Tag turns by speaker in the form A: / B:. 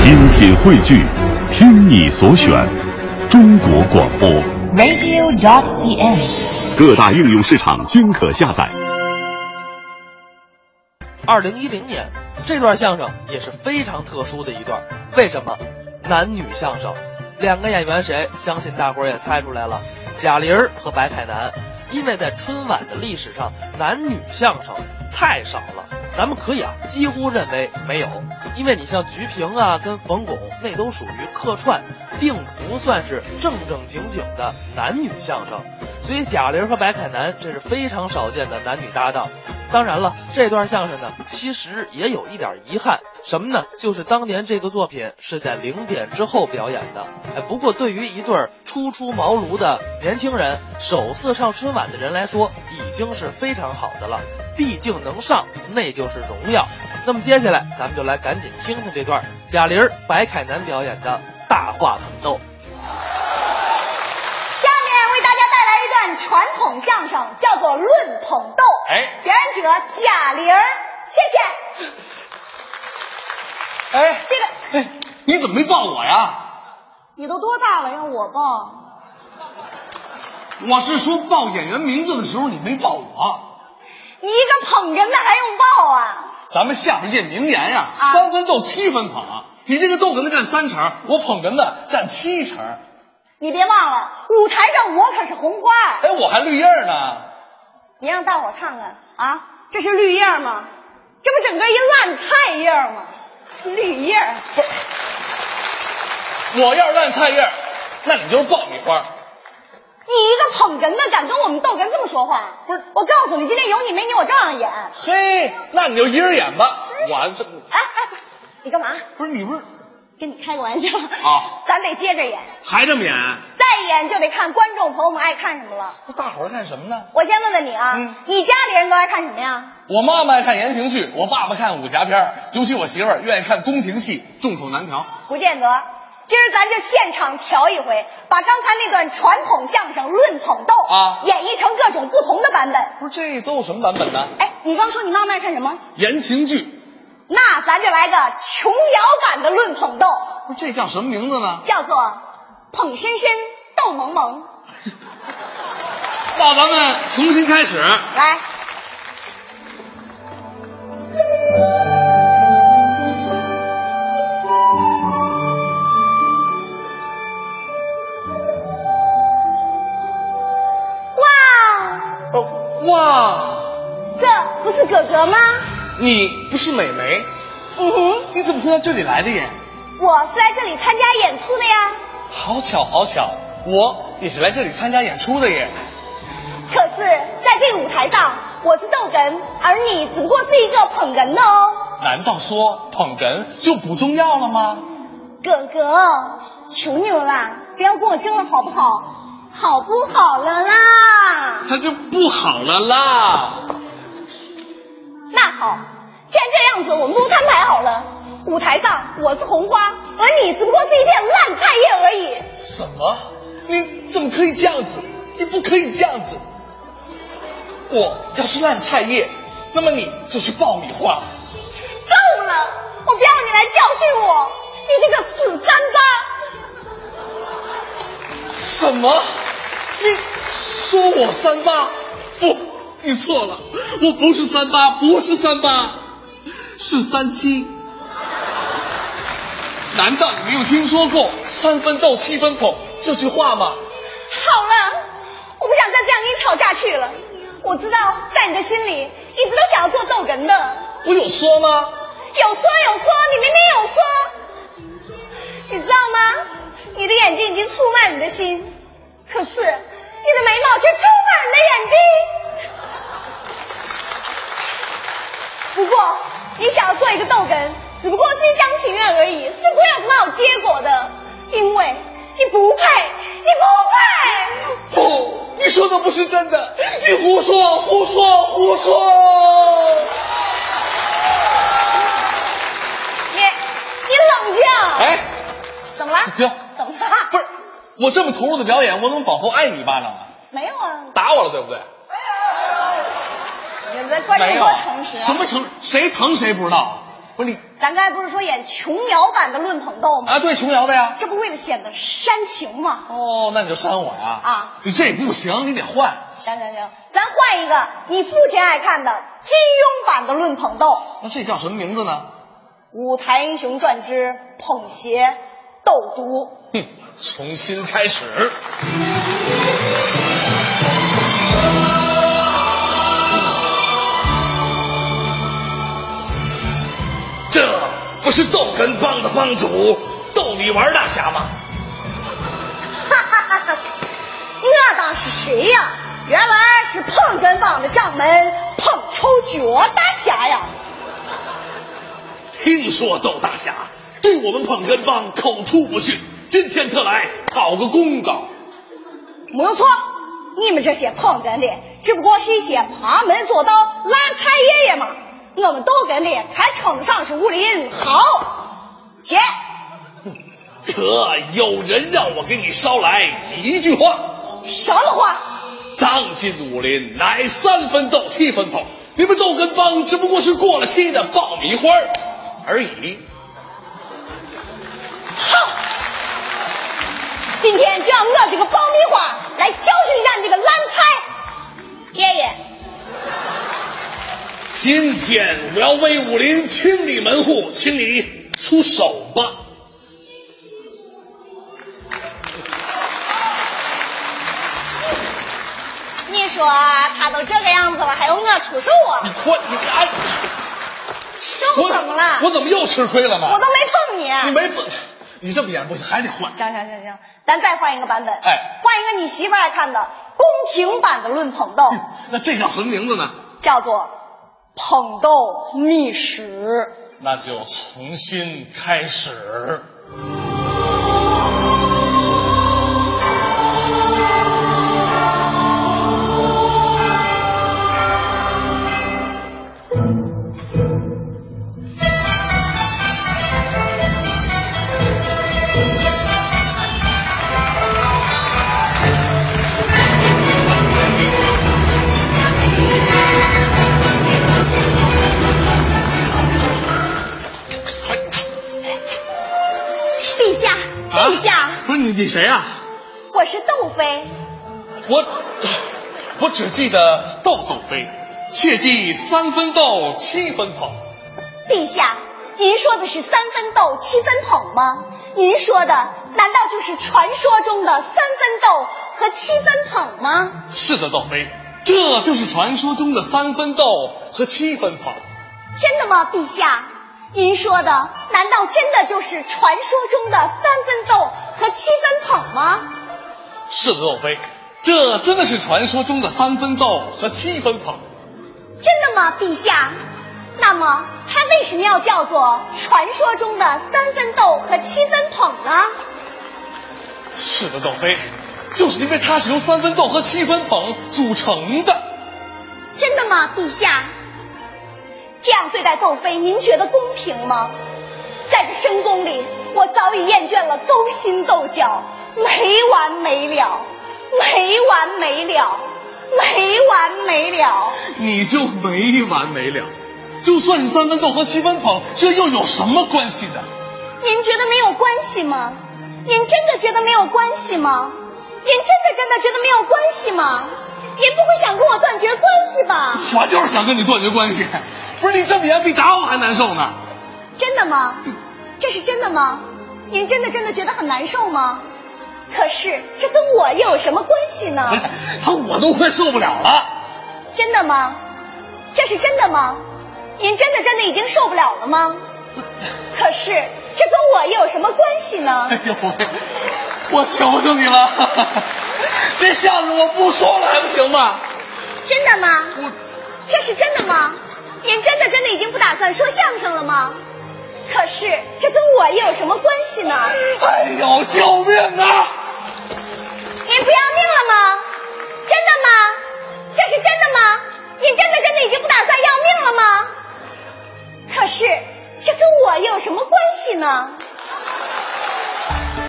A: 精品汇聚，听你所选，中国广播。
B: radio.cn。
A: 各大应用市场均可下载。
C: 二零一零年，这段相声也是非常特殊的一段。为什么？男女相声，两个演员谁？相信大伙儿也猜出来了，贾玲儿和白凯南。因为在春晚的历史上，男女相声太少了，咱们可以啊几乎认为没有。因为你像菊萍啊跟冯巩，那都属于客串，并不算是正正经经的男女相声。所以贾玲和白凯南这是非常少见的男女搭档。当然了，这段相声呢，其实也有一点遗憾，什么呢？就是当年这个作品是在零点之后表演的。哎，不过对于一对儿初出茅庐的年轻人，首次上春晚的人来说，已经是非常好的了。毕竟能上，那就是荣耀。那么接下来，咱们就来赶紧听听这段贾玲、白凯南表演的《大话很逗》。
D: 下面为大家带来一段传统相声，叫做《论捧逗》。
C: 哎
D: 表演者贾玲儿，谢谢。
E: 哎，
D: 这个
E: 哎，你怎么没抱我呀？
D: 你都多大了，要我抱？
E: 我是说报演员名字的时候你没抱我。
D: 你一个捧哏的还用抱啊？
E: 咱们相声界名言呀、
D: 啊
E: 三分逗，七分捧啊。你这个逗哏的占三成，我捧哏的占七成。哎
D: 你别忘了，舞台上我可是红花啊！
E: 哎，我还绿叶呢。
D: 你让大伙儿看看啊，这是绿叶儿吗？这不整个一烂菜叶儿吗？绿叶儿，
E: 我要是烂菜叶，那你就是爆米花。
D: 你一个捧哏的敢跟我们逗哏这么说话？不是，我告诉你，今天有你没你我照样演。哎
E: 嘿，那你就一人演吧。我这
D: 哎，哎你干嘛？
E: 不是你不是
D: 跟你开个玩笑
E: 啊
D: 咱得接着演，
E: 还这么演？
D: 再演就得看观众朋友们爱看什么了。
E: 那大伙儿看什么呢？
D: 我先问问你啊，
E: 嗯
D: 你家里人都爱看什么呀？
E: 我妈妈爱看言情剧，我爸爸看武侠片儿，尤其我媳妇儿愿意看宫廷戏，众口难调。
D: 不见得。今儿咱就现场调一回，把刚才那段传统相声《论捧逗》
E: 啊
D: 演绎成各种不同的版本。
E: 不是这都有什么版本呢？
D: 哎，你刚说你妈妈爱看什么？
E: 言情剧，
D: 那咱就来个琼瑶版的《论捧逗》，
E: 不是这叫什么名字呢？
D: 叫做捧深深逗萌萌。
E: 那咱们重新开始。
D: 来，哇，
E: 哦，哇，
D: 这不是哥哥吗？
E: 你不是美眉？
D: 嗯哼，
E: 你怎么会到这里来的耶？
D: 我是来这里参加演出的呀。
E: 好巧，好巧，我也是来这里参加演出的耶。
D: 可是，在这个舞台上，我是逗哏，而你只不过是一个捧哏的哦。
E: 难道说捧哏就不重要了吗？
D: 哥哥，求你了啦，不要跟我争了好不好？好不好了啦？
E: 那就不好了啦。
D: 那好，既然这样子，我们都摊牌好了。舞台上我是红花，而你只不过是一片烂菜叶而已。
E: 什么？你怎么可以这样子？你不可以这样子。我要是烂菜叶，那么你就是爆米花。
D: 够了，我不要你来教训我，你这个死三八！
E: 什么？你说我三八？不，你错了，我不是三八，不是三八，是三七。难道你没有听说过“三分逗，七分捧”这句话吗？
D: 好了，我不想再这样跟你吵下去了。我知道，在你的心里一直都想要做逗哏的。
E: 我有说吗？
D: 有说有说，你明明有说，你知道吗？你的眼睛已经出卖你的心，可是你的眉毛却出卖你的眼睛。不过，你想要做一个逗哏，只不过是一厢情愿而已，是不会有什么好结果的，因为你不配，你不配。
E: 不，你说的不是真的，你胡说，胡说，胡说！
D: 你，你冷静。
E: 哎，
D: 怎么了？
E: 停
D: 怎么了？
E: 不是，我这么投入的表演，我怎么仿佛爱你一巴掌啊？
D: 没有啊，
E: 打我了，对不对？
D: 你的观众多诚实啊。
E: 什么诚？谁疼谁不知道啊？不是你
D: 咱刚才不是说演琼瑶版的《论捧逗》吗？
E: 啊，对琼瑶的呀。
D: 这不为了显得煽情吗？
E: 哦，那你就删我呀？
D: 啊，
E: 你这不行，你得换。
D: 行行行，咱换一个你父亲爱看的金庸版的《论捧逗》，
E: 那这叫什么名字呢？
D: 《武台英雄传之捧鞋斗毒》。
E: 哼，重新开始。这不是逗哏帮的帮主逗你玩大侠吗？
D: 哈哈哈！哈，我当是谁呀？原来是捧哏帮的掌门捧臭脚大侠呀！
E: 听说窦大侠对我们捧哏帮口出不逊，今天特来讨个公道。
D: 没有错，你们这些捧哏的只不过是一些旁门左道、烂菜爷爷嘛。我们逗哏的才称得上是武林好。姐，
E: 可有人让我给你捎来一句话：
D: 什么话？
E: 当今武林乃三分斗，七分捧。你们逗哏帮只不过是过了期的爆米花儿而已。
D: 好，今天就让我这个爆米花来教训一下你这个烂菜爷爷。
E: 今天我要为武林清理门户，请你出手吧。
D: 你说他都这个样子了，还要我出手
E: 你
D: 啊？
E: 快，你哎，
D: 又怎么了？
E: 我怎么又吃亏了呢？
D: 我都没碰你。
E: 你没准，你这么演不行，还得换。
D: 行行行行，咱再换一个版本。
E: 哎
D: 换一个你媳妇儿爱看的宫廷版的《论捧逗》，
E: 那这叫什么名字呢？
D: 叫做《捧逗秘史
E: 那就重新开始。
D: 陛下，
E: 啊
D: 陛下，
E: 不是你，你谁啊呀、
D: 我是窦妃。
E: 我我只记得豆豆飞，切记三分豆，七分捧。
D: 陛下，您说的是三分斗七分捧吗？您说的难道就是传说中的三分斗和七分捧吗？
E: 是的，豆飞，这就是传说中的三分豆和七分捧。
D: 真的吗，陛下？您说的难道真的就是传说中的三分斗和七分捧吗？
E: 是的，豆飞，这真的是传说中的三分豆和七分捧。
D: 真的吗，陛下？那么它为什么要叫做传说中的三分斗和七分捧呢？
E: 是的，豆飞，就是因为它是由三分豆和七分捧组成的。
D: 真的吗，陛下？这样对待窦妃，您觉得公平吗？在这深宫里，我早已厌倦了勾心斗角，没完没了，没完没了，没完没了。
E: 你就没完没了。就算是三分豆和七分捧，这又有什么关系呢？
D: 您觉得没有关系吗？您真的觉得没有关系吗？您真的真的觉得没有关系吗？您不会想跟我断绝关系吧？
E: 我就是想跟你断绝关系，不是你这么演比打我还难受呢。
D: 真的吗？这是真的吗？您真的真的觉得很难受吗？可是这跟我又有什么关系呢？
E: 哎他我都快受不了了。
D: 真的吗？这是真的吗？您真的真的已经受不了了吗？可是这跟我又有什么关系呢
E: 哎？呦喂，我求求你了， 这相声我不说了还不行吗？
D: 真的吗？
E: 我
D: 这是真的吗？您真的真的已经不打算说相声了吗？可是这跟我又有什么关系呢？
E: 哎呦，救命啊！
D: 您不要